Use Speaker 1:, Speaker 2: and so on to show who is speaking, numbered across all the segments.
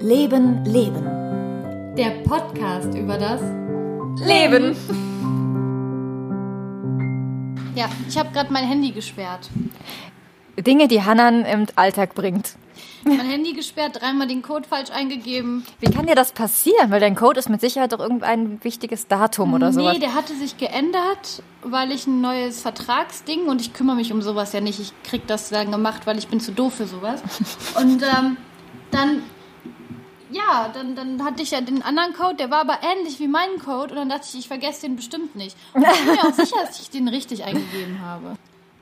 Speaker 1: Leben, Leben.
Speaker 2: Der Podcast über das.
Speaker 1: Leben.
Speaker 2: Ja, ich habe gerade mein Handy gesperrt.
Speaker 1: Dinge, die Hannan im Alltag bringt.
Speaker 2: Mein Handy gesperrt, dreimal den Code falsch eingegeben.
Speaker 1: Wie kann dir das passieren? Weil dein Code ist mit Sicherheit doch irgendein wichtiges Datum oder sowas.
Speaker 2: Nee, der hatte sich geändert, weil ich ein neues Vertragsding und ich kümmere mich um sowas ja nicht. Ich krieg das dann gemacht, weil ich bin zu doof für sowas. Und ähm, dann, ja, dann, dann hatte ich ja den anderen Code, der war aber ähnlich wie mein Code und dann dachte ich, ich vergesse den bestimmt nicht. Und ich bin mir auch sicher, dass ich den richtig eingegeben habe.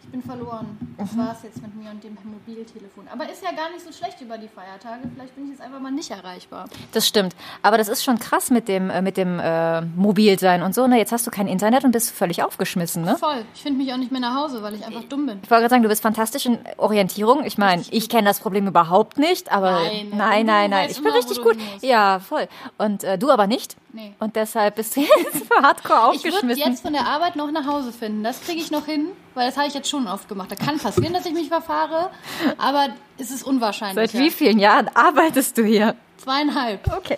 Speaker 2: Ich bin verloren. Das
Speaker 1: Mhm.
Speaker 2: war's jetzt mit mir und dem Mobiltelefon. Aber ist ja gar nicht so schlecht über die Feiertage. Vielleicht bin ich jetzt einfach mal nicht erreichbar.
Speaker 1: Das stimmt. Aber das ist schon krass mit dem, äh, mit dem äh, Mobilsein und so. Ne? Jetzt hast du kein Internet und bist völlig aufgeschmissen. Ne?
Speaker 2: Voll. Ich finde mich auch nicht mehr nach Hause, weil ich einfach
Speaker 1: Äh,
Speaker 2: dumm bin.
Speaker 1: Ich wollte gerade sagen, du bist fantastisch in Orientierung. Ich meine, ich kenne das Problem überhaupt nicht, aber
Speaker 2: Nein, du
Speaker 1: nein, nein, nein.
Speaker 2: weißt
Speaker 1: Ich bin
Speaker 2: immer, wo
Speaker 1: richtig
Speaker 2: du
Speaker 1: gut.
Speaker 2: hin musst.
Speaker 1: Ja, voll. Und äh, du aber nicht.
Speaker 2: Nee.
Speaker 1: Und deshalb bist du jetzt für Hardcore
Speaker 2: Ich würde
Speaker 1: aufgeschmissen.
Speaker 2: jetzt von der Arbeit noch nach Hause finden. Das kriege ich noch hin, weil das habe ich jetzt schon oft gemacht. Da kann passieren, dass ich mich verfahre, aber es ist unwahrscheinlich.
Speaker 1: Seit wie vielen Jahren arbeitest du hier?
Speaker 2: Zweieinhalb.
Speaker 1: Okay.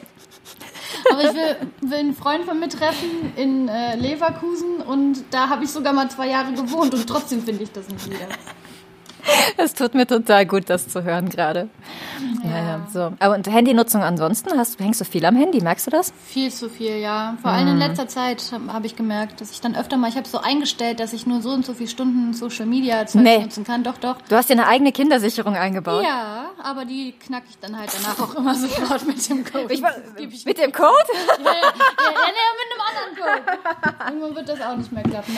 Speaker 2: Aber ich will, will einen Freund von mir treffen in äh, Leverkusen und da habe ich sogar mal zwei Jahre gewohnt und trotzdem finde ich das nicht wieder.
Speaker 1: Es tut mir total gut, das zu hören gerade. Naja, so. Aber und Handynutzung ansonsten? Hast, hängst du viel am Handy? Merkst du das?
Speaker 2: Viel zu viel, ja. Vor allem
Speaker 1: Mhm.
Speaker 2: in letzter Zeit habe hab ich gemerkt, dass ich dann öfter mal, ich habe so eingestellt, dass ich nur so und so viele Stunden Social Media Zeug
Speaker 1: Nee.
Speaker 2: nutzen kann. Doch, doch.
Speaker 1: Du hast dir eine eigene Kindersicherung eingebaut.
Speaker 2: Ja, aber die knack ich dann halt danach auch immer sofort mit dem Code.
Speaker 1: Ich, war-
Speaker 2: Das geb ich
Speaker 1: mit dem Code?
Speaker 2: Ja, ja, ja, ja, nee, mit einem anderen Code. Irgendwann wird das auch nicht mehr klappen.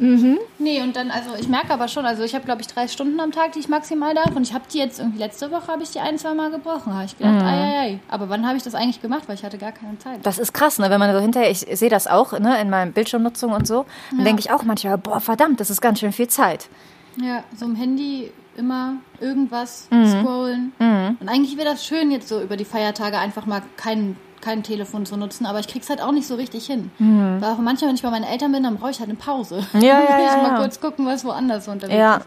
Speaker 2: Mhm. Nee, und dann, also ich merke aber schon, also ich habe, glaube ich, drei Stunden am Tag, die ich maximal darf. Und ich habe die jetzt irgendwie letzte Woche habe ich die ein, zwei Mal gebrochen. Habe ich
Speaker 1: Mhm.
Speaker 2: gedacht, ei, ei, ei. Aber wann habe ich das eigentlich gemacht? Weil ich hatte gar keine Zeit.
Speaker 1: Das ist krass, ne? wenn man so hinterher, ich sehe das auch ne? in meinem Bildschirmnutzung und so, dann denke ich auch manchmal, boah, verdammt, das ist ganz schön viel Zeit.
Speaker 2: Ja, so im Handy immer irgendwas
Speaker 1: Mhm.
Speaker 2: scrollen. Und eigentlich wäre das schön, jetzt so über die Feiertage einfach mal kein, kein Telefon zu nutzen, aber ich krieg's halt auch nicht so richtig hin. Weil auch manchmal, wenn ich bei meinen Eltern bin, dann brauche ich halt eine Pause.
Speaker 1: Mhm. ja,
Speaker 2: Dann will ich
Speaker 1: ja,
Speaker 2: mal
Speaker 1: ja.
Speaker 2: kurz gucken, was woanders so unterwegs
Speaker 1: Ja.
Speaker 2: ist.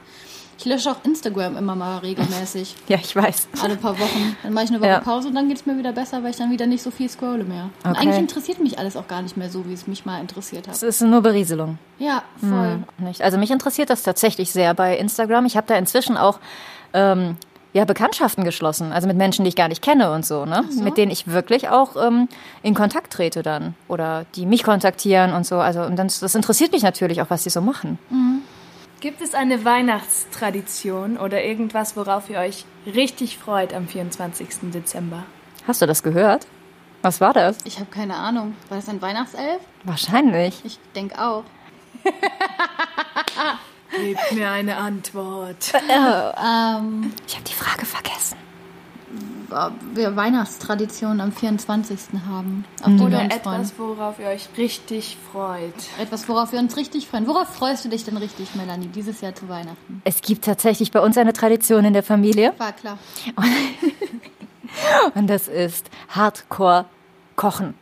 Speaker 2: Ich lösche auch Instagram immer mal regelmäßig,
Speaker 1: Ja, ich weiß.
Speaker 2: alle paar Wochen. Dann mache ich eine Woche
Speaker 1: Ja.
Speaker 2: Pause und dann geht's mir wieder besser, weil ich dann wieder nicht so viel scrolle mehr. Und
Speaker 1: Okay.
Speaker 2: eigentlich interessiert mich alles auch gar nicht mehr so, wie es mich mal interessiert hat.
Speaker 1: Es ist nur Berieselung.
Speaker 2: Ja, voll.
Speaker 1: Nicht? Also mich interessiert das tatsächlich sehr bei Instagram. Ich habe da inzwischen auch ähm, ja, Bekanntschaften geschlossen, also mit Menschen, die ich gar nicht kenne und so, ne? mit denen ich wirklich auch ähm, in Kontakt trete dann oder die mich kontaktieren und so. Also und dann, das interessiert mich natürlich auch, was die so machen.
Speaker 3: Gibt es eine Weihnachtstradition oder irgendwas, worauf ihr euch richtig freut am 24. Dezember?
Speaker 1: Hast du das gehört? Was war das?
Speaker 2: Ich habe keine Ahnung. War das ein Weihnachtself?
Speaker 1: Wahrscheinlich.
Speaker 2: Ich denke auch.
Speaker 3: Gib mir eine Antwort.
Speaker 2: Ähm,
Speaker 1: Ich habe die Frage vergessen.
Speaker 2: ob wir Weihnachtstraditionen am 24. haben. Auf die wir
Speaker 3: Oder
Speaker 2: uns freuen.
Speaker 3: etwas, worauf ihr euch richtig freut.
Speaker 2: Etwas, worauf wir uns richtig freuen. Worauf freust du dich denn richtig, Melanie, dieses Jahr zu Weihnachten?
Speaker 1: Es gibt tatsächlich bei uns eine Tradition in der Familie
Speaker 2: War klar.
Speaker 1: und das ist Hardcore Kochen.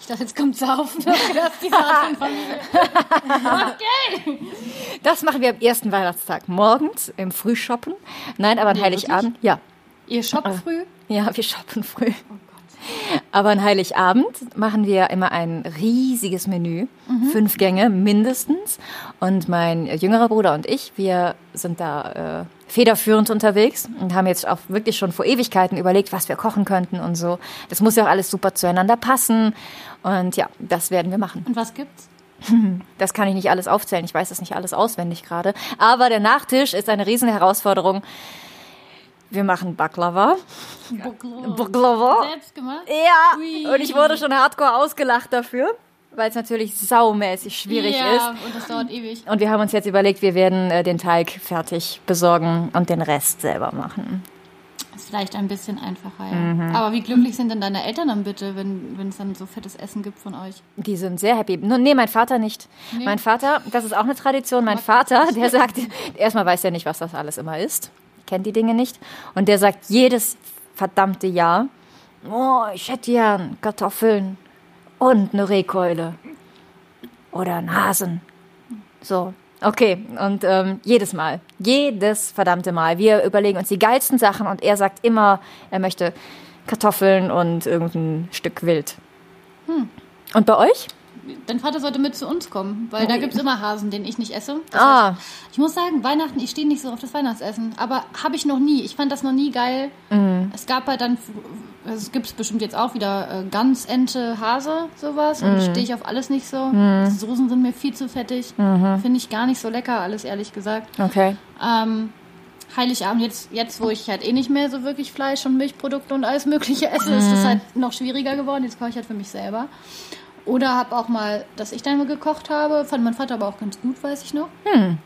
Speaker 2: Ich dachte, jetzt kommt Saufen. Ich hab gedacht, diese Art von Familie.
Speaker 1: Das machen wir am ersten Weihnachtstag morgens im Frühshoppen. Nein, aber an
Speaker 2: Nee,
Speaker 1: Heiligabend, ja.
Speaker 2: Ihr shoppt früh?
Speaker 1: Ja, wir shoppen früh. Aber an Heiligabend machen wir immer ein riesiges Menü, fünf Gänge mindestens. Und mein jüngerer Bruder und ich, wir sind da äh, federführend unterwegs und haben jetzt auch wirklich schon vor Ewigkeiten überlegt, was wir kochen könnten und so. Das muss ja auch alles super zueinander passen. Und ja, das werden wir machen.
Speaker 2: Und was gibt's?
Speaker 1: Das kann ich nicht alles aufzählen. Ich weiß das nicht alles auswendig gerade. Aber der Nachtisch ist eine riesen Herausforderung. Wir machen Baklava.
Speaker 2: Bucklo.
Speaker 1: Baklava.
Speaker 2: Selbst gemacht?
Speaker 1: Ja.
Speaker 2: Ui.
Speaker 1: Und ich wurde schon hardcore ausgelacht dafür, weil es natürlich saumäßig schwierig
Speaker 2: ja,
Speaker 1: ist.
Speaker 2: und das dauert ewig.
Speaker 1: Und wir haben uns jetzt überlegt, wir werden äh, den Teig fertig besorgen und den Rest selber machen.
Speaker 2: Ist vielleicht ein bisschen einfacher, ja.
Speaker 1: Mhm.
Speaker 2: Aber wie glücklich sind denn deine Eltern dann bitte, wenn wenn es dann so fettes Essen gibt von euch?
Speaker 1: Die sind sehr happy. Nun, nee, mein Vater nicht. Mein Vater, das ist auch eine Tradition. Mein Vater, der sagt, erstmal weiß er nicht, was das alles immer ist. Kennt die Dinge nicht. Und der sagt jedes verdammte Jahr, oh, ich hätte gern Kartoffeln und eine Rehkeule oder einen Hasen. So. Okay, und ähm, jedes Mal, jedes verdammte Mal. Wir überlegen uns die geilsten Sachen und er sagt immer, er möchte Kartoffeln und irgendein Stück Wild. Und bei euch?
Speaker 2: Dein Vater sollte mit zu uns kommen, weil da gibt es immer Hasen, den ich nicht esse. Das heißt,
Speaker 1: Oh. Ah,
Speaker 2: ich muss sagen, Weihnachten, ich stehe nicht so auf das Weihnachtsessen. Aber habe ich noch nie. Ich fand das noch nie geil.
Speaker 1: Mhm.
Speaker 2: Es gab halt dann, es gibt bestimmt jetzt auch wieder äh, Gans, Ente, Hase, sowas.
Speaker 1: Mhm.
Speaker 2: Und stehe ich auf alles nicht so. Die Soßen sind mir viel zu fettig.
Speaker 1: Mhm.
Speaker 2: Finde ich gar nicht so lecker, alles ehrlich gesagt.
Speaker 1: okay.
Speaker 2: Ähm, Heiligabend, jetzt, jetzt wo ich halt eh nicht mehr so wirklich Fleisch und Milchprodukte und alles Mögliche esse, ist das halt noch schwieriger geworden. Jetzt koche ich halt für mich selber. Oder habe auch mal, dass ich dann gekocht habe, fand mein Vater aber auch ganz gut, weiß ich noch. Ähm,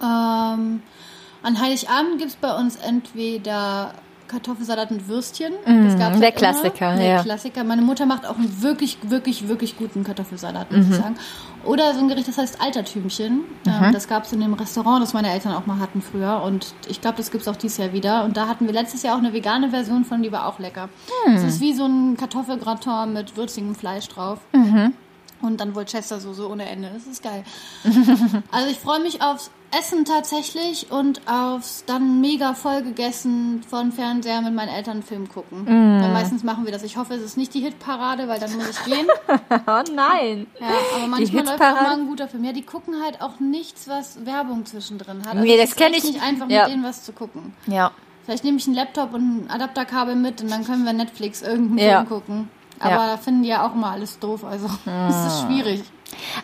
Speaker 2: an Heiligabend gibt es bei uns entweder Kartoffelsalat mit Würstchen. das gab's
Speaker 1: Mhm,
Speaker 2: halt
Speaker 1: der Klassiker,
Speaker 2: Der
Speaker 1: ja.
Speaker 2: Klassiker. Meine Mutter macht auch einen wirklich, wirklich, wirklich guten Kartoffelsalat,
Speaker 1: Mhm.
Speaker 2: muss ich sagen. Oder so ein Gericht, das heißt Altertümchen. Ähm, das gab es in dem Restaurant, das meine Eltern auch mal hatten früher. Und ich glaube, das gibt es auch dieses Jahr wieder. Und da hatten wir letztes Jahr auch eine vegane Version von, die war auch lecker.
Speaker 1: Mhm.
Speaker 2: Es ist wie so ein Kartoffelgratin mit würzigem Fleisch drauf.
Speaker 1: Mhm.
Speaker 2: Und dann wohl Chester so, so ohne Ende. Das ist geil. Also ich freue mich aufs Essen tatsächlich und aufs dann mega voll gegessen von Fernseher mit meinen Eltern Film gucken.
Speaker 1: Mm.
Speaker 2: Weil meistens machen wir das. Ich hoffe, es ist nicht die Hitparade, weil dann muss ich gehen.
Speaker 1: Oh nein.
Speaker 2: Ja, aber manchmal läuft auch
Speaker 1: Hitparade?
Speaker 2: mal ein guter Film. Ja, die gucken halt auch nichts, was Werbung zwischendrin hat. Also
Speaker 1: Nee,
Speaker 2: es
Speaker 1: das
Speaker 2: ist
Speaker 1: kenn
Speaker 2: echt
Speaker 1: ich.
Speaker 2: nicht einfach,
Speaker 1: Ja.
Speaker 2: mit denen was zu gucken.
Speaker 1: Ja.
Speaker 2: Vielleicht nehme ich einen Laptop und ein Adapterkabel mit und dann können wir Netflix irgendeinen
Speaker 1: Ja.
Speaker 2: Film gucken. Aber
Speaker 1: Ja. Ah.
Speaker 2: da finden die ja auch immer alles doof. Also es ist schwierig.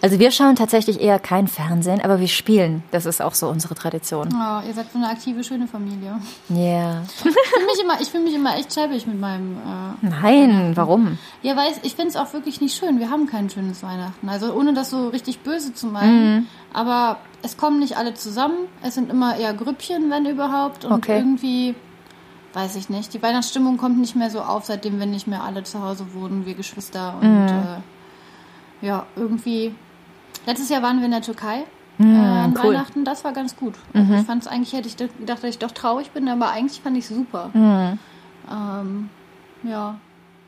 Speaker 1: Also wir schauen tatsächlich eher kein Fernsehen, aber wir spielen. Das ist auch so unsere Tradition.
Speaker 2: Ja, ihr seid so eine aktive, schöne Familie.
Speaker 1: Ja.
Speaker 2: Ich fühle mich, immer- ich fühl mich immer echt schäbig mit meinem. Äh
Speaker 1: Nein, warum?
Speaker 2: ja, weiß, ich finde es auch wirklich nicht schön. Wir haben kein schönes Weihnachten. Also ohne das so richtig böse zu meinen. Aber es kommen nicht alle zusammen. Es sind immer eher Grüppchen, wenn überhaupt. Und
Speaker 1: Okay.
Speaker 2: irgendwie, weiß ich nicht, die Weihnachtsstimmung kommt nicht mehr so auf, seitdem wir nicht mehr alle zu Hause wurden, wir Geschwister. Und äh, ja, irgendwie. Letztes Jahr waren wir in der Türkei. äh, an
Speaker 1: Mm, cool. Mhm.
Speaker 2: Weihnachten, das war ganz gut. Also ich fand es eigentlich, hätte ich gedacht, dass ich doch traurig bin, aber eigentlich fand ich super.
Speaker 1: Mm.
Speaker 2: Ähm, ja.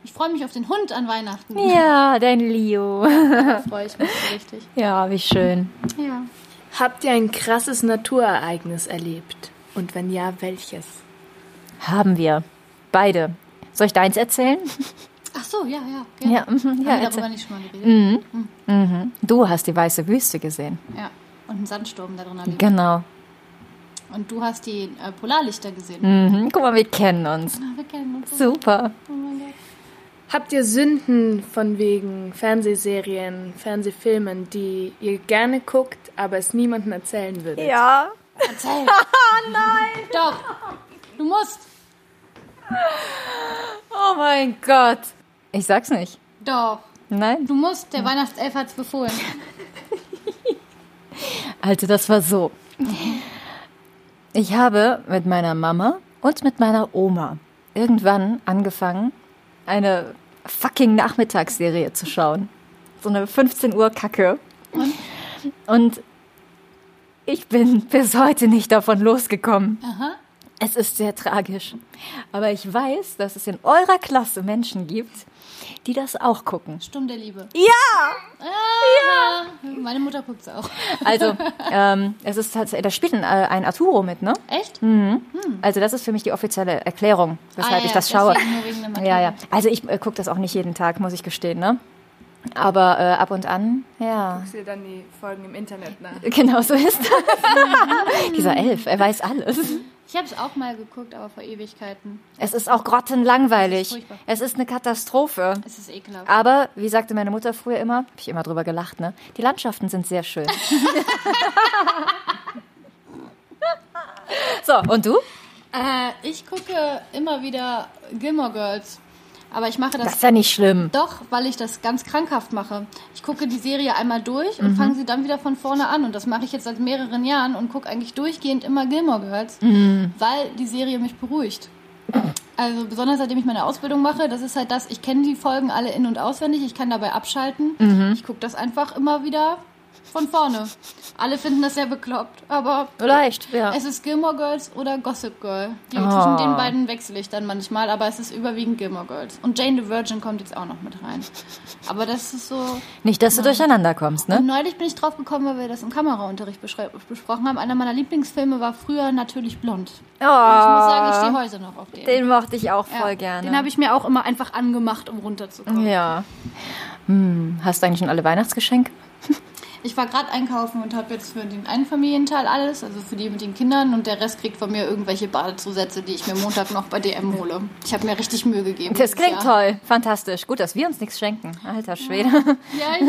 Speaker 2: Ich freue mich auf den Hund an Weihnachten.
Speaker 1: Ja, dein Leo.
Speaker 2: Da freue ich mich so richtig.
Speaker 1: Ja, wie schön.
Speaker 2: Ja.
Speaker 3: Habt ihr ein krasses Naturereignis erlebt? Und wenn ja, welches?
Speaker 1: Haben wir. Beide. Soll ich deins erzählen?
Speaker 2: Ach so, ja, ja.
Speaker 1: Ja, mhm,
Speaker 2: Haben
Speaker 1: ja,
Speaker 2: wir
Speaker 1: erzähl. Mm.
Speaker 2: darüber nicht schon mal geredet.
Speaker 1: Du hast die weiße Wüste gesehen.
Speaker 2: Ja. Und einen Sandsturm da drin erlebt.
Speaker 1: Genau.
Speaker 2: Und du hast die äh, Polarlichter gesehen.
Speaker 1: Mhm. Guck mal, wir kennen uns.
Speaker 2: Ah, wir kennen uns.
Speaker 1: Super.
Speaker 2: Oh mein Gott.
Speaker 3: Habt ihr Sünden von wegen Fernsehserien, Fernsehfilmen, die ihr gerne guckt, aber es niemandem erzählen würdet?
Speaker 1: Ja.
Speaker 2: Erzähl. nein. Doch. Du musst.
Speaker 1: Oh mein Gott. Ich sag's nicht.
Speaker 2: Doch.
Speaker 1: Nein.
Speaker 2: Du musst. Der Weihnachtself hat's befohlen.
Speaker 1: Also das war so. Ich habe mit meiner Mama und mit meiner Oma irgendwann angefangen, eine fucking Nachmittagsserie zu schauen. So eine 15 Uhr Kacke. Und ich bin bis heute nicht davon losgekommen.
Speaker 2: Aha.
Speaker 1: Es ist sehr tragisch. Aber ich weiß, dass es in eurer Klasse Menschen gibt, die das auch gucken.
Speaker 2: Sturm der Liebe.
Speaker 1: Ja!
Speaker 2: Ah, Meine Mutter guckt's auch.
Speaker 1: Also, ähm, es ist tatsächlich, da spielt ein, äh, ein Arturo mit, ne?
Speaker 2: Echt?
Speaker 1: Also das ist für mich die offizielle Erklärung, weshalb
Speaker 2: Ah, ja,
Speaker 1: ich das schaue.
Speaker 2: deswegen nur wegen dem
Speaker 1: Ja, ja. Also ich äh, gucke das auch nicht jeden Tag, muss ich gestehen, ne? Aber äh, ab und an, ja.
Speaker 3: Guckst dir dann die Folgen im Internet nach?
Speaker 1: Genau so ist das. Dieser Elf, er weiß alles.
Speaker 2: Ich habe es auch mal geguckt, aber vor Ewigkeiten.
Speaker 1: Es ist auch grottenlangweilig.
Speaker 2: Es ist furchtbar.
Speaker 1: es ist eine Katastrophe.
Speaker 2: Es ist ekelhaft.
Speaker 1: Aber, wie sagte meine Mutter früher immer, habe ich immer drüber gelacht, ne? Die Landschaften sind sehr schön. so, und du?
Speaker 2: Äh, ich gucke immer wieder Gilmore Girls. Aber ich mache
Speaker 1: Das
Speaker 2: das
Speaker 1: ist ja nicht schlimm.
Speaker 2: doch, weil ich das ganz krankhaft mache. Ich gucke die Serie einmal durch und fange sie dann wieder von vorne an. Und das mache ich jetzt seit mehreren Jahren und gucke eigentlich durchgehend immer Gilmore Girls, weil die Serie mich beruhigt. Also besonders seitdem ich meine Ausbildung mache, das ist halt das, ich kenne die Folgen alle in- und auswendig, ich kann dabei abschalten. Ich gucke das einfach immer wieder Von vorne. Alle finden das sehr bekloppt, aber
Speaker 1: Leicht, ja.
Speaker 2: es ist Gilmore Girls oder Gossip Girl. Die,
Speaker 1: Oh.
Speaker 2: Zwischen den beiden wechsle ich dann manchmal, aber es ist überwiegend Gilmore Girls. Und Jane the Virgin kommt jetzt auch noch mit rein. Aber das ist so.
Speaker 1: Nicht, dass du durcheinander kommst,
Speaker 2: Und
Speaker 1: ne?
Speaker 2: neulich bin ich drauf gekommen, weil wir das im Kameraunterricht beschre- besprochen haben. Einer meiner Lieblingsfilme war früher natürlich blond.
Speaker 1: Oh,
Speaker 2: Ich muss sagen, ich stehe heute noch auf den.
Speaker 1: den mochte ich auch
Speaker 2: Ja,
Speaker 1: voll gerne. Mhm.
Speaker 2: Den habe ich mir auch immer einfach angemacht, um runterzukommen.
Speaker 1: ja. Hm, hast du eigentlich schon alle Weihnachtsgeschenke?
Speaker 2: Ich war gerade einkaufen und habe jetzt für den Einfamilienteil alles, also für die mit den Kindern und der Rest kriegt von mir irgendwelche Badezusätze, die ich mir Montag noch bei DM hole. Ich habe mir richtig Mühe gegeben.
Speaker 1: Das
Speaker 2: dieses
Speaker 1: klingt
Speaker 2: Jahr.
Speaker 1: toll, fantastisch. Gut, dass wir uns nichts schenken. Alter Schwede.
Speaker 2: Ja, ich habe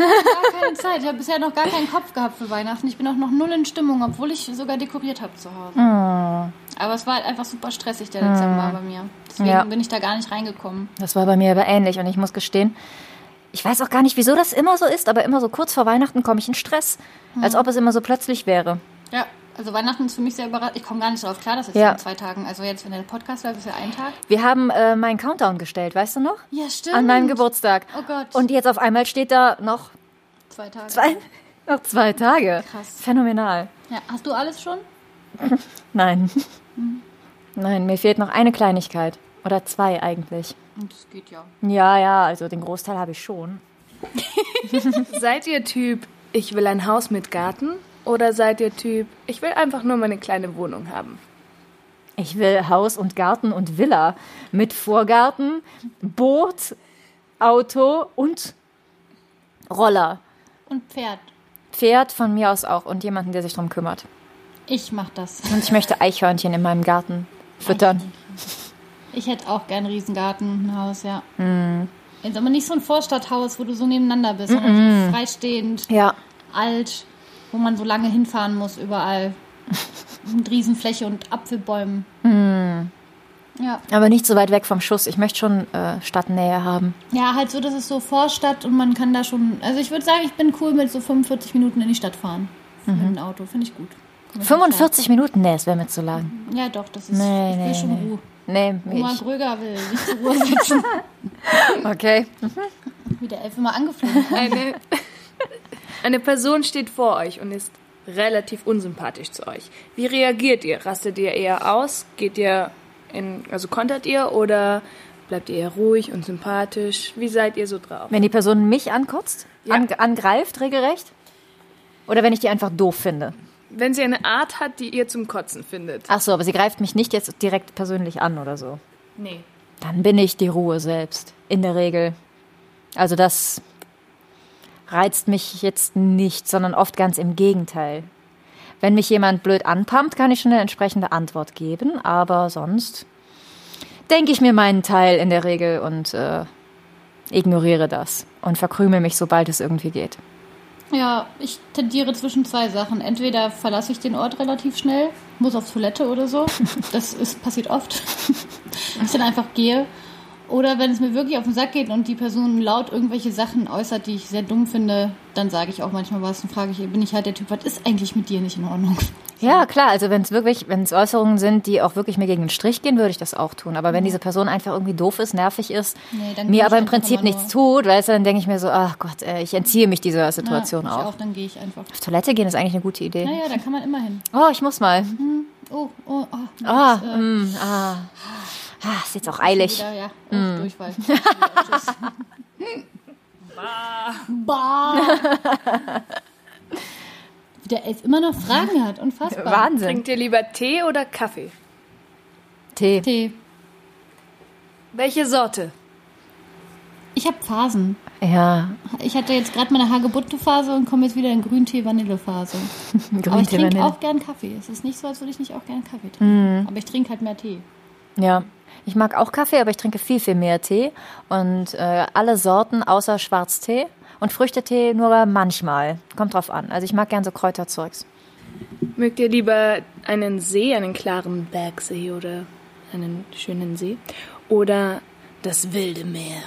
Speaker 2: gar keine Zeit. Ich habe bisher noch gar keinen Kopf gehabt für Weihnachten. Ich bin auch noch null in Stimmung, obwohl ich sogar dekoriert habe zu Hause. Aber es war halt einfach super stressig, der Dezember bei mir. Deswegen
Speaker 1: Ja.
Speaker 2: bin ich da gar nicht reingekommen.
Speaker 1: Das war bei mir aber ähnlich und ich muss gestehen, ich weiß auch gar nicht, wieso das immer so ist, aber immer so kurz vor Weihnachten komme ich in Stress.
Speaker 2: Hm.
Speaker 1: Als ob es immer so plötzlich wäre.
Speaker 2: Ja, also Weihnachten ist für mich sehr überraschend. Ich komme gar nicht darauf klar, dass es
Speaker 1: Ja.
Speaker 2: in zwei Tagen, also jetzt, wenn der Podcast läuft, ist ja ein Tag.
Speaker 1: Wir haben äh, meinen Countdown gestellt, weißt du noch?
Speaker 2: Ja, stimmt.
Speaker 1: An meinem Geburtstag.
Speaker 2: Oh Gott.
Speaker 1: Und jetzt auf einmal steht da noch
Speaker 2: Zwei Tage.
Speaker 1: zwei, noch zwei Tage.
Speaker 2: Krass.
Speaker 1: Phänomenal.
Speaker 2: Ja, hast du alles schon?
Speaker 1: Nein. Nein, mir fehlt noch eine Kleinigkeit. Oder zwei eigentlich.
Speaker 2: Und das geht ja.
Speaker 1: Ja, ja, also den Großteil habe ich schon.
Speaker 3: Seid ihr Typ, ich will ein Haus mit Garten? Oder seid ihr Typ, ich will einfach nur meine kleine Wohnung haben?
Speaker 1: Ich will Haus und Garten und Villa mit Vorgarten, Boot, Auto und Roller.
Speaker 2: Und Pferd.
Speaker 1: Pferd von mir aus auch und jemanden, der sich drum kümmert.
Speaker 2: Ich mach das.
Speaker 1: Und ich möchte Eichhörnchen in meinem Garten füttern.
Speaker 2: Ich hätte auch gern einen Riesengarten, ein Haus, ja.
Speaker 1: Mhm.
Speaker 2: Jetzt aber nicht so ein Vorstadthaus, wo du so nebeneinander bist, sondern so
Speaker 1: Mhm.
Speaker 2: freistehend,
Speaker 1: Ja,
Speaker 2: alt, wo man so lange hinfahren muss überall. Mit Riesenfläche und Apfelbäumen.
Speaker 1: Mhm.
Speaker 2: Ja.
Speaker 1: aber nicht so weit weg vom Schuss. Ich möchte schon äh, Stadtnähe haben.
Speaker 2: ja, halt so, das ist so Vorstadt und man kann da schon. Also ich würde sagen, ich bin cool mit so 45 Minuten in die Stadt fahren. Mit
Speaker 1: Mhm.
Speaker 2: dem Auto, finde ich gut. Komm ich mit klar.
Speaker 1: 45 Minuten, nee, es wäre mir zu lang.
Speaker 2: Ja, doch, das ist.
Speaker 1: Nee,
Speaker 2: ich will
Speaker 1: nee,
Speaker 2: schon
Speaker 1: nee.
Speaker 2: Ruhe.
Speaker 1: Nee,
Speaker 2: Oma
Speaker 1: ich.
Speaker 2: Gröger will sich zur Ruhe setzen.
Speaker 1: Okay.
Speaker 2: Wie der Elf immer angeflogen hat.
Speaker 3: Eine, eine Person steht vor euch und ist relativ unsympathisch zu euch. Wie reagiert ihr? Rastet ihr eher aus? Geht ihr in, also kontert ihr oder bleibt ihr eher ruhig und sympathisch? Wie seid ihr so drauf?
Speaker 1: Wenn die Person mich ankotzt,
Speaker 3: Ja.
Speaker 1: ang angreift regelrecht. Oder wenn ich die einfach doof finde.
Speaker 3: Wenn sie eine Art hat, die ihr zum Kotzen findet.
Speaker 1: Ach so, aber sie greift mich nicht jetzt direkt persönlich an oder so.
Speaker 3: Nee.
Speaker 1: Dann bin ich die Ruhe selbst. In der Regel. Also das reizt mich jetzt nicht, sondern oft ganz im Gegenteil. Wenn mich jemand blöd anpumpt, kann ich schon eine entsprechende Antwort geben, aber sonst denke ich mir meinen Teil in der Regel und äh, ignoriere das und verkrümel mich, sobald es irgendwie geht.
Speaker 2: Ja, ich tendiere zwischen zwei Sachen. Entweder verlasse ich den Ort relativ schnell, muss auf Toilette oder so. Das ist, passiert oft. Dass ich dann einfach gehe. Oder wenn es mir wirklich auf den Sack geht und die Person laut irgendwelche Sachen äußert, die ich sehr dumm finde, dann sage ich auch manchmal was und frage ich, ihr, bin ich halt der Typ, was ist eigentlich mit dir nicht in Ordnung?
Speaker 1: Ja, klar, also wenn es wirklich, wenn es Äußerungen sind, die auch wirklich mir gegen den Strich gehen, würde ich das auch tun. Aber wenn diese Person einfach irgendwie doof ist, nervig ist,
Speaker 2: Mhm. Nee, dann
Speaker 1: mir
Speaker 2: geh
Speaker 1: aber
Speaker 2: ich
Speaker 1: im
Speaker 2: einfach
Speaker 1: Prinzip
Speaker 2: immer
Speaker 1: nichts tut, weißt du, dann denke ich mir so, ach Gott, ey, ich entziehe mich dieser Situation
Speaker 2: ja, ich
Speaker 1: auch.
Speaker 2: auch. Dann gehe ich einfach.
Speaker 1: Auf Toilette gehen ist eigentlich eine gute Idee.
Speaker 2: Naja, da kann man immer hin.
Speaker 1: Oh, ich muss mal.
Speaker 2: Oh, oh, oh.
Speaker 1: Ah,
Speaker 2: Jetzt, äh,
Speaker 1: mm, ah. ah, ist jetzt auch eilig.
Speaker 2: Wieder, ja. Oh,
Speaker 1: Hm.
Speaker 2: Durchfall. Tschüss. Bah. Wie der Elf immer noch Fragen hat. Unfassbar.
Speaker 1: Wahnsinn.
Speaker 3: Trinkt ihr lieber Tee oder Kaffee?
Speaker 1: Tee.
Speaker 2: Tee.
Speaker 3: Welche Sorte?
Speaker 2: Ich habe Phasen.
Speaker 1: Ja,
Speaker 2: Ich hatte jetzt gerade meine Hagebutte-Phase und komme jetzt wieder in Grüntee-Vanille-Phase. Aber ich
Speaker 1: grüne
Speaker 2: trinke
Speaker 1: Vanille. Hm.
Speaker 2: auch gern Kaffee. Es ist nicht so, als würde ich nicht auch gern Kaffee trinken. Aber ich trinke halt mehr Tee.
Speaker 1: Ja. Ich mag auch Kaffee, aber ich trinke viel, viel mehr Tee. Und äh, alle Sorten außer Schwarztee. Und Früchtetee nur manchmal. Kommt drauf an. Also ich mag gern so Kräuterzeugs.
Speaker 3: Mögt ihr lieber einen See, einen klaren Bergsee oder einen schönen See? Oder das wilde Meer?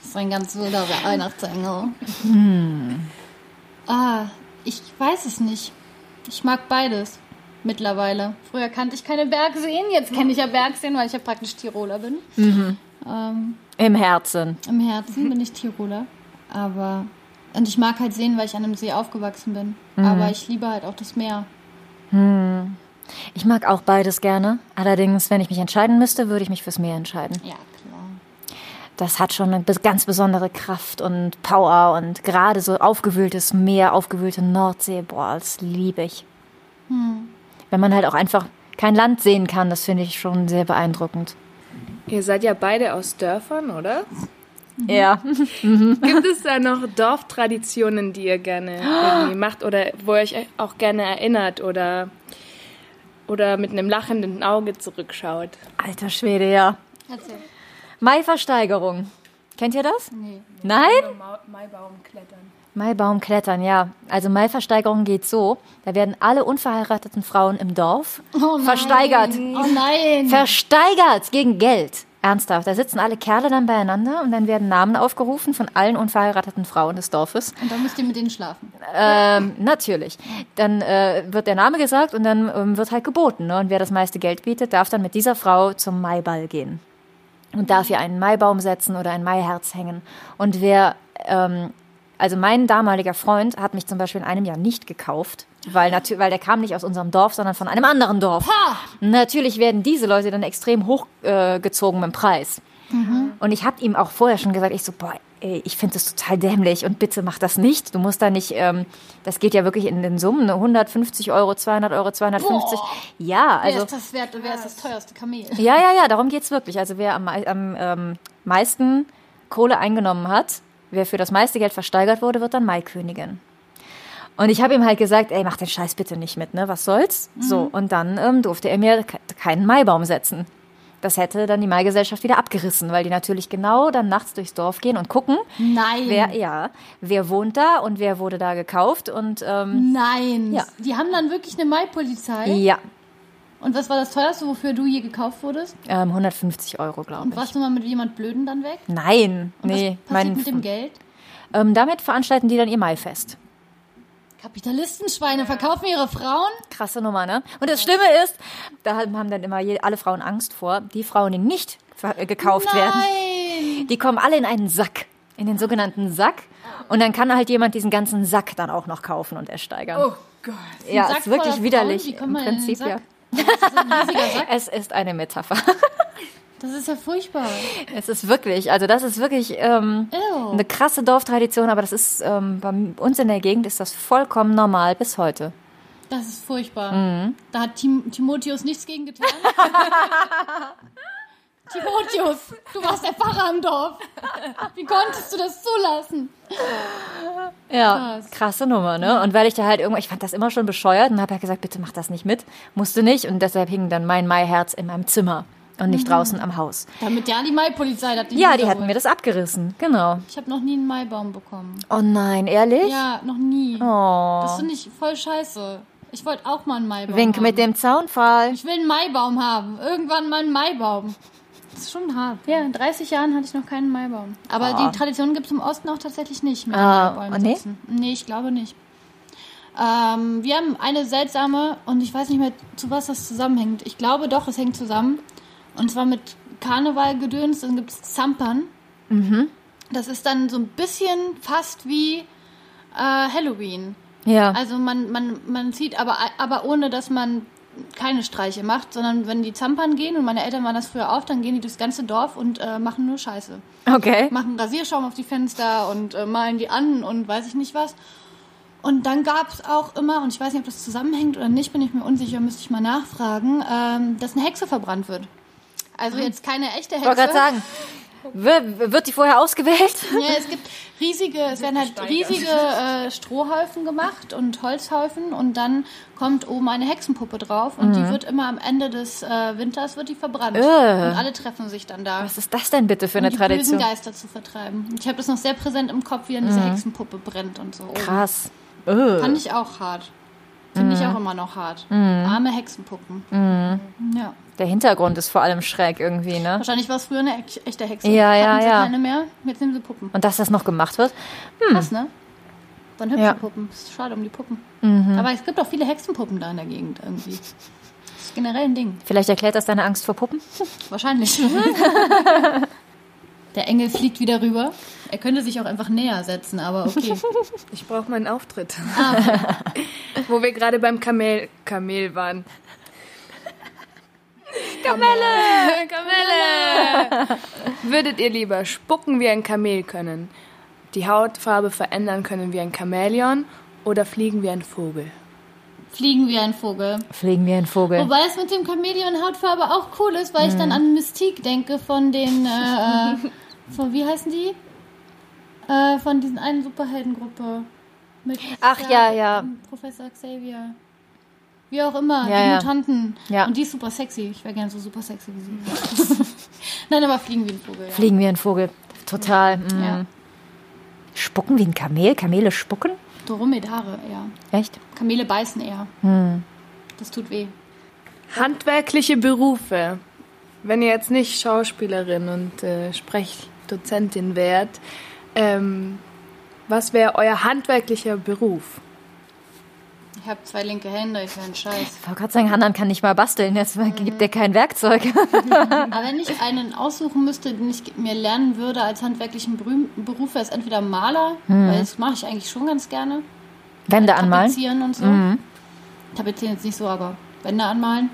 Speaker 2: Das ist ein ganz wilder
Speaker 1: Hm.
Speaker 2: Weihnachtsengel. Ah, ich weiß es nicht. Ich mag beides. Mittlerweile. Früher kannte ich keine Bergseen, jetzt kenne ich ja Bergseen, weil ich ja praktisch Tiroler bin. Ähm,
Speaker 1: Im Herzen.
Speaker 2: Im Herzen bin ich Tiroler. Aber. Und ich mag halt sehen, weil ich an einem See aufgewachsen bin.
Speaker 1: Mhm.
Speaker 2: Aber ich liebe halt auch das Meer.
Speaker 1: Ich mag auch beides gerne. Allerdings, wenn ich mich entscheiden müsste, würde ich mich fürs Meer entscheiden.
Speaker 2: Ja, klar.
Speaker 1: Das hat schon eine bis- ganz besondere Kraft und Power und gerade so aufgewühltes Meer, aufgewühlte Nordsee, boah, das liebe ich. Wenn man halt auch einfach kein Land sehen kann, das finde ich schon sehr beeindruckend.
Speaker 3: Ihr seid ja beide aus Dörfern, oder?
Speaker 1: Ja.
Speaker 3: Gibt es da noch Dorftraditionen, die ihr gerne irgendwie macht oder wo ihr euch auch gerne erinnert oder, oder mit einem lachenden Auge zurückschaut?
Speaker 1: Alter Schwede, ja.
Speaker 2: Erzähl.
Speaker 1: Maiversteigerung. Kennt ihr das?
Speaker 2: Nee.
Speaker 1: Nein?
Speaker 3: Maibaum klettern.
Speaker 1: Maibaum klettern, ja. Also Maiversteigerung geht so, da werden alle unverheirateten Frauen im Dorf
Speaker 2: Oh nein.
Speaker 1: versteigert.
Speaker 2: Oh nein.
Speaker 1: Versteigert gegen Geld. Ernsthaft, da sitzen alle Kerle dann beieinander und dann werden Namen aufgerufen von allen unverheirateten Frauen des Dorfes.
Speaker 2: Und dann müsst ihr mit denen schlafen.
Speaker 1: Ähm, natürlich. Dann äh, wird der Name gesagt und dann ähm, wird halt geboten. Ne? Und wer das meiste Geld bietet, darf dann mit dieser Frau zum Maiball gehen. Und darf ihr einen Maibaum setzen oder ein Maiherz hängen. Und wer, ähm, also mein damaliger Freund hat mich zum Beispiel in einem Jahr nicht gekauft, weil, natü- weil der kam nicht aus unserem Dorf, sondern von einem anderen Dorf. Natürlich werden diese Leute dann extrem hochgezogen äh, gezogen mit dem Preis. Und ich habe ihm auch vorher schon gesagt, ich so, boah, ey, ich finde das total dämlich und bitte mach das nicht. Du musst da nicht, ähm, das geht ja wirklich in den Summen, ne? 150 Euro, 200 Euro, 250.
Speaker 2: Wer
Speaker 1: Ja, also.
Speaker 2: ist das wert? Wer ist das teuerste Kamel?
Speaker 1: Ja, ja, ja, darum geht's wirklich. Also wer am, mei- am ähm, meisten Kohle eingenommen hat, wer für das meiste Geld versteigert wurde, wird dann Maikönigin. Und ich habe ihm halt gesagt, ey, mach den Scheiß bitte nicht mit, ne? Was soll's?
Speaker 2: Mhm.
Speaker 1: So, und dann ähm, durfte er mir ke- keinen Maibaum setzen. Das hätte dann die Maigesellschaft wieder abgerissen, weil die natürlich genau dann nachts durchs Dorf gehen und gucken,
Speaker 2: Nein.
Speaker 1: wer, ja, wer wohnt da und wer wurde da gekauft und ähm,
Speaker 2: Nein.
Speaker 1: Ja.
Speaker 2: Die haben dann wirklich eine Mai-Polizei.
Speaker 1: ja,
Speaker 2: Und was war das teuerste, wofür du je gekauft wurdest?
Speaker 1: ähm, 150 Euro, glaube
Speaker 2: Und
Speaker 1: ich.
Speaker 2: warst du mal mit jemand Blöden dann weg?
Speaker 1: Nein, nee,
Speaker 2: was passiert
Speaker 1: mein,
Speaker 2: mit dem Geld?
Speaker 1: Ähm, damit veranstalten die dann ihr Maifest.
Speaker 2: Kapitalistenschweine verkaufen ihre Frauen?
Speaker 1: Krasse Nummer, ne? Und das Schlimme ist, da haben dann immer je, alle Frauen Angst vor. Die Frauen, die nicht ver- äh, gekauft werden,
Speaker 2: Nein.
Speaker 1: die kommen alle in einen Sack. In den sogenannten Sack. Und dann kann halt jemand diesen ganzen Sack dann auch noch kaufen und ersteigern.
Speaker 3: Oh Gott.
Speaker 1: ja,
Speaker 2: Sack
Speaker 1: ist wirklich
Speaker 2: voller
Speaker 1: widerlich.
Speaker 2: Frauen, die
Speaker 1: Im
Speaker 2: kommen in den
Speaker 1: Prinzip, ja.
Speaker 2: Sack. Das ist ein riesiger Sack.
Speaker 1: Es ist eine Metapher.
Speaker 2: Das ist ja furchtbar.
Speaker 1: es ist wirklich, also das ist wirklich ähm,
Speaker 2: Ew.
Speaker 1: eine krasse Dorftradition, aber das ist ähm, bei uns in der Gegend ist das vollkommen normal bis heute.
Speaker 2: Das ist furchtbar.
Speaker 1: Mhm.
Speaker 2: Da hat Tim Timotheus nichts gegen getan. Timotheus, du warst der Pfarrer im Dorf. Wie konntest du das zulassen?
Speaker 1: Ja,
Speaker 2: Krass.
Speaker 1: krasse Nummer, ne? Und weil ich da halt irgendwann, ich fand das immer schon bescheuert und habe halt gesagt, bitte mach das nicht mit, musste nicht und deshalb hing dann mein Maiherz in meinem Zimmer und nicht draußen am Haus.
Speaker 2: Damit ja die Maipolizei das nicht
Speaker 1: Ja, die
Speaker 2: wiederholt.
Speaker 1: hatten mir das abgerissen, genau.
Speaker 2: Ich habe noch nie einen Maibaum bekommen.
Speaker 1: Oh nein, ehrlich?
Speaker 2: Ja, noch nie. Das
Speaker 1: Oh.
Speaker 2: finde ich voll scheiße. Ich wollte auch mal einen Maibaum
Speaker 1: Wink
Speaker 2: haben.
Speaker 1: mit dem Zaunfall.
Speaker 2: Ich will einen Maibaum haben. Irgendwann mal einen Maibaum. Das ist schon hart. Ja, in 30 Jahren hatte ich noch keinen Maibaum. Aber
Speaker 1: Ah.
Speaker 2: die Tradition gibt es im Osten auch tatsächlich nicht mit
Speaker 1: Ah,
Speaker 2: Maibäumen
Speaker 1: oh, nee?
Speaker 2: sitzen. Nee, ich glaube nicht. Ähm, wir haben eine seltsame, und ich weiß nicht mehr, zu was das zusammenhängt. Ich glaube doch, es hängt zusammen. Und zwar mit Karnevalgedöns, dann gibt es Zampern. Das ist dann so ein bisschen fast wie äh, Halloween.
Speaker 1: Ja.
Speaker 2: Also man, man, man zieht, aber, aber ohne, dass man keine Streiche macht, sondern wenn die Zampern gehen und meine Eltern waren das früher auf, dann gehen die durchs ganze Dorf und äh, machen nur Scheiße.
Speaker 1: Okay.
Speaker 2: Machen Rasierschaum auf die Fenster und äh, malen die an und weiß ich nicht was. Und dann gab es auch immer, und ich weiß nicht, ob das zusammenhängt oder nicht, bin ich mir unsicher, müsste ich mal nachfragen, ähm, dass eine Hexe verbrannt wird. Also jetzt keine echte
Speaker 1: Mhm. Ich wollte
Speaker 2: Hexe.
Speaker 1: gerade sagen, wird, wird die vorher ausgewählt?
Speaker 2: Ja, es gibt riesige, es werden halt riesige äh, Strohhaufen gemacht und Holzhaufen und dann kommt oben eine Hexenpuppe drauf und die wird immer am Ende des äh, Winters wird die verbrannt
Speaker 1: Mhm. Äh.
Speaker 2: und alle treffen sich dann da,
Speaker 1: Was ist das denn bitte für eine
Speaker 2: um die bösen
Speaker 1: Tradition? Mhm.
Speaker 2: Geister zu vertreiben. Ich habe das noch sehr präsent im Kopf, wie dann diese Hexenpuppe brennt und so. Oh,
Speaker 1: Krass. Mhm.
Speaker 2: Fand ich auch hart. Finde ich auch immer noch hart. Arme Hexenpuppen. Ja.
Speaker 1: Der Hintergrund ist vor allem schräg irgendwie, ne?
Speaker 2: Wahrscheinlich war es früher eine ech- echte Hexe.
Speaker 1: Ja, ja,
Speaker 2: Hatten sie
Speaker 1: ja.
Speaker 2: keine mehr. Jetzt nehmen sie Puppen.
Speaker 1: Und dass das noch gemacht wird?
Speaker 2: Krass, ne? Waren hübsche
Speaker 1: Ja.
Speaker 2: Puppen. Ist schade um die Puppen. Aber es gibt auch viele Hexenpuppen da in der Gegend irgendwie. Das ist generell ein Ding.
Speaker 1: Vielleicht erklärt das deine Angst vor Puppen?
Speaker 2: Wahrscheinlich. Der Engel fliegt wieder rüber. Er könnte sich auch einfach näher setzen, aber okay.
Speaker 3: Ich brauche meinen Auftritt. Ah. Wo wir gerade beim Kamel, Kamel waren. Kamelle! Kamelle! Würdet ihr lieber spucken wie ein Kamel können, die Hautfarbe verändern können wie ein Chamäleon oder fliegen wie ein Vogel?
Speaker 2: Fliegen wie ein Vogel.
Speaker 1: Fliegen wie ein Vogel.
Speaker 2: Wobei es mit dem Chamäleon-Hautfarbe auch cool ist, weil ich dann an Mystique denke von den, äh, äh, von, wie heißen die? Äh, von diesen einen Superheldengruppe. Mit
Speaker 1: Ach,
Speaker 2: Star-
Speaker 1: ja, ja.
Speaker 2: Professor Xavier. Wie auch immer,
Speaker 1: Ja,
Speaker 2: die
Speaker 1: ja.
Speaker 2: Mutanten.
Speaker 1: Ja.
Speaker 2: Und die ist super sexy. Ich wäre gerne so super sexy wie sie. Nein, aber fliegen wie ein Vogel. Ja.
Speaker 1: Fliegen wie ein Vogel. Total. mm.
Speaker 2: Ja.
Speaker 1: Spucken wie ein Kamel? Kamele spucken?
Speaker 2: Dromedare eher.
Speaker 1: Echt?
Speaker 2: Kamele beißen eher.
Speaker 1: Hm.
Speaker 2: Das tut weh.
Speaker 3: Handwerkliche Berufe. Wenn ihr jetzt nicht Schauspielerin und äh, Sprechdozentin wärt, ähm, was wäre euer handwerklicher Beruf?
Speaker 2: Ich habe zwei linke Hände, ich wäre ein Scheiß.
Speaker 1: Ich wollte gerade sagen, Hanan kann nicht mal basteln. Jetzt
Speaker 2: Mhm.
Speaker 1: gibt er kein Werkzeug.
Speaker 2: Aber wenn ich einen aussuchen müsste, den ich mir lernen würde als handwerklichen Berü- Beruf, wäre es entweder Maler, weil das mache ich eigentlich schon ganz gerne.
Speaker 1: Wände Hm. anmalen. Mhm.
Speaker 2: Tapezieren und so. Tapezieren jetzt nicht so, aber Wände anmalen.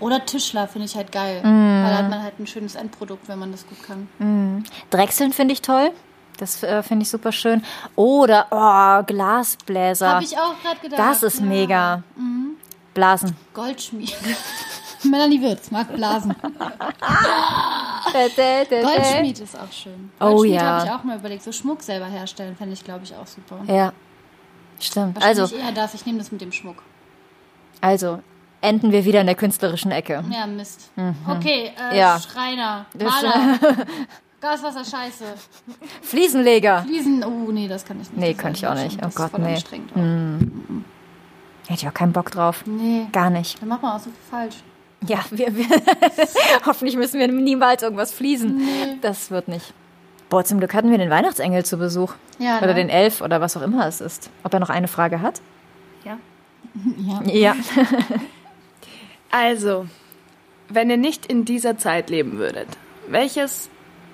Speaker 2: Oder Tischler finde ich halt geil,
Speaker 1: Mhm.
Speaker 2: weil da hat man halt ein schönes Endprodukt, wenn man das gut kann.
Speaker 1: Drechseln finde ich toll. Das äh, finde ich super schön. Oder oh, Glasbläser.
Speaker 2: Habe ich auch gerade gedacht.
Speaker 1: das ist
Speaker 2: ja. Mhm.
Speaker 1: mega. Blasen.
Speaker 2: Goldschmied. Melanie Wirtz mag Blasen. Goldschmied ist auch schön.
Speaker 1: Oh
Speaker 2: Goldschmied
Speaker 1: ja.
Speaker 2: habe ich auch mal überlegt. So Schmuck selber herstellen fände ich, glaube ich, auch super.
Speaker 1: Ja, stimmt.
Speaker 2: Wahrscheinlich
Speaker 1: Also,
Speaker 2: eher das. Ich nehme das mit dem Schmuck.
Speaker 1: also enden wir wieder in der künstlerischen Ecke.
Speaker 2: Ja, Mist. Okay, äh,
Speaker 1: Mhm. Ja.
Speaker 2: Schreiner,
Speaker 1: Der
Speaker 2: Maler, Gaswasser, Scheiße,
Speaker 1: Fliesenleger.
Speaker 2: Fliesen. Oh, nee, das kann ich nicht.
Speaker 1: Nee,
Speaker 2: Das
Speaker 1: kann
Speaker 2: ist
Speaker 1: ich auch
Speaker 2: schon-
Speaker 1: nicht. Oh
Speaker 2: das ist
Speaker 1: Gott,
Speaker 2: voll
Speaker 1: nee. Mhm.
Speaker 2: anstrengend auch.
Speaker 1: Hätte ich auch keinen Bock drauf.
Speaker 2: Nee,
Speaker 1: Gar nicht.
Speaker 2: dann macht man auch so viel falsch.
Speaker 1: Ja, wir, wir hoffentlich müssen wir niemals irgendwas fließen. Das wird nicht. Boah, zum Glück hatten wir den Weihnachtsengel zu Besuch.
Speaker 2: Ja,
Speaker 1: Oder
Speaker 2: ne?
Speaker 1: den Elf oder was auch immer es ist. Ob er noch eine Frage hat?
Speaker 3: Ja.
Speaker 2: Ja.
Speaker 1: Ja.
Speaker 3: Also, wenn ihr nicht in dieser Zeit leben würdet, welches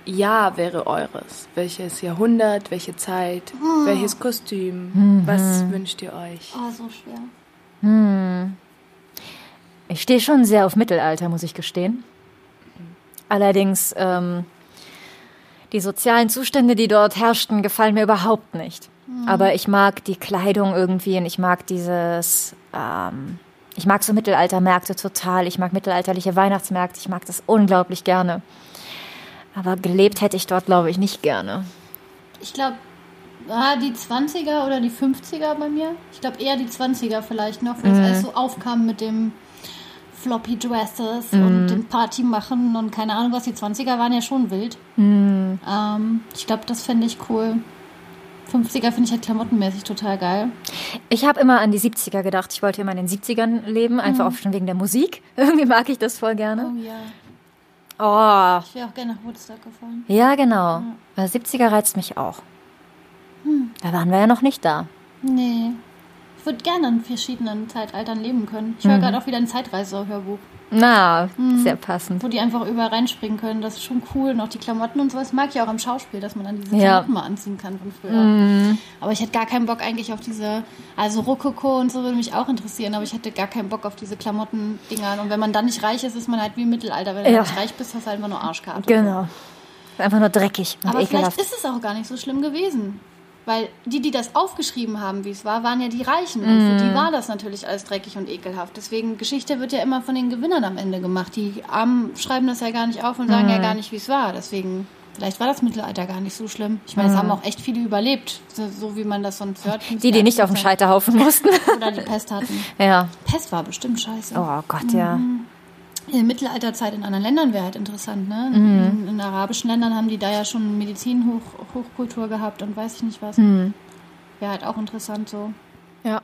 Speaker 3: Jahr wäre eures? Welches Jahrhundert? Welche Zeit? Welches Kostüm? Was wünscht ihr euch?
Speaker 2: Oh, so schwer.
Speaker 1: Ich stehe schon sehr auf Mittelalter, muss ich gestehen. Allerdings, ähm, die sozialen Zustände, die dort herrschten, gefallen mir überhaupt nicht. Aber ich mag die Kleidung irgendwie und ich mag dieses, ähm, ich mag so Mittelaltermärkte total. Ich mag mittelalterliche Weihnachtsmärkte. Ich mag das unglaublich gerne. Aber gelebt hätte ich dort, glaube ich, nicht gerne.
Speaker 2: Ich glaube, ah, die 20er oder die 50er bei mir. Ich glaube, eher die 20er vielleicht noch, wo es alles so aufkam mit dem Floppy Dresses und dem Party machen und keine Ahnung was. Die 20er waren ja schon wild. Ähm, ich glaube, das fände ich cool. 50er finde ich halt klamottenmäßig total geil.
Speaker 1: Ich habe immer an die 70er gedacht. Ich wollte immer in den 70ern leben, einfach auch schon wegen der Musik. Irgendwie mag ich das voll gerne.
Speaker 2: Oh ja.
Speaker 1: Oh,
Speaker 2: Ich wäre auch gerne nach Woodstock gefahren.
Speaker 1: Ja, genau. Also 70er reizt mich auch. Da waren wir ja noch nicht da.
Speaker 2: Nee. Ich würde gerne in verschiedenen Zeitaltern leben können. Ich höre gerade auch wieder ein Zeitreise-Hörbuch.
Speaker 1: Na, sehr passend.
Speaker 2: wo die einfach überall reinspringen können. Das ist schon cool. Und auch die Klamotten und sowas mag ich auch am Schauspiel, dass man dann diese
Speaker 1: Ja. Mhm.
Speaker 2: Klamotten mal anziehen kann von früher. Aber ich hätte gar keinen Bock eigentlich auf diese, also Rokoko und so würde mich auch interessieren, aber ich hätte gar keinen Bock auf diese Klamotten-Dinger. Und wenn man dann nicht reich ist, ist man halt wie im Mittelalter. Wenn du
Speaker 1: Ja.
Speaker 2: nicht reich bist, hast du halt einfach nur Arschkarte.
Speaker 1: Genau. Einfach nur dreckig und
Speaker 2: Aber
Speaker 1: ekelhaft.
Speaker 2: vielleicht ist es auch gar nicht so schlimm gewesen. Weil die, die das aufgeschrieben haben, wie es war, waren ja die Reichen. Und für
Speaker 1: Mm.
Speaker 2: die war das natürlich alles dreckig und ekelhaft. Deswegen, Geschichte wird ja immer von den Gewinnern am Ende gemacht. Die Armen schreiben das ja gar nicht auf und sagen
Speaker 1: Mm.
Speaker 2: ja gar nicht, wie es war. Deswegen, vielleicht war das Mittelalter gar nicht so schlimm. Ich meine, es haben auch echt viele überlebt. So, so wie man das sonst hört.
Speaker 1: Mm. die, die nicht auf dem Scheiterhaufen mussten.
Speaker 2: Oder die Pest hatten.
Speaker 1: ja.
Speaker 2: Pest war bestimmt scheiße.
Speaker 1: Oh Gott, ja.
Speaker 2: In Mittelalterzeit in anderen Ländern wäre halt interessant, ne?
Speaker 1: Mhm.
Speaker 2: In, in arabischen Ländern haben die da ja schon Medizinhochkultur gehabt und weiß ich nicht was.
Speaker 1: Mhm.
Speaker 2: Wäre halt auch interessant so.
Speaker 1: Ja.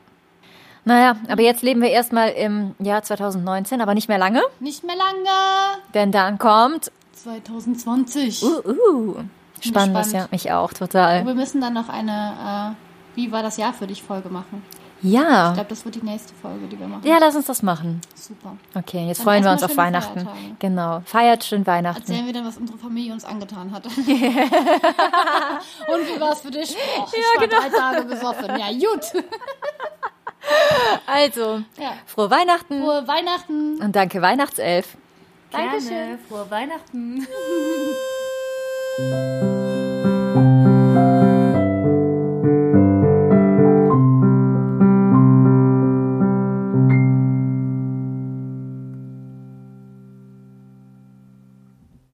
Speaker 1: Naja, aber jetzt leben wir erstmal im Jahr 2019, aber nicht mehr lange,
Speaker 2: Nicht mehr lange!
Speaker 1: denn dann kommt.
Speaker 2: 2020.
Speaker 1: Uh, uh, spannendes
Speaker 2: gespannt.
Speaker 1: Jahr. Mich auch, total.
Speaker 2: Wir müssen dann noch eine, äh, wie war das Jahr für dich Folge machen. Ich
Speaker 1: Ja.
Speaker 2: glaube, das wird die nächste Folge, die wir machen.
Speaker 1: Ja, lass uns das machen.
Speaker 2: Super.
Speaker 1: Okay, jetzt
Speaker 2: Dann
Speaker 1: freuen wir
Speaker 2: erstmal
Speaker 1: uns auf
Speaker 2: schöne
Speaker 1: Weihnachten.
Speaker 2: Feiertage.
Speaker 1: Genau. Feiert schön Weihnachten.
Speaker 2: Erzählen wir dann, was unsere Familie uns angetan hat. Und wie war es für dich? Och, ich war
Speaker 1: genau.
Speaker 2: drei Tage besoffen. Ja, gut.
Speaker 1: Also,
Speaker 2: Ja.
Speaker 1: frohe Weihnachten
Speaker 2: Frohe Weihnachten.
Speaker 1: und danke Weihnachtself.
Speaker 2: Dankeschön.
Speaker 3: Frohe Weihnachten.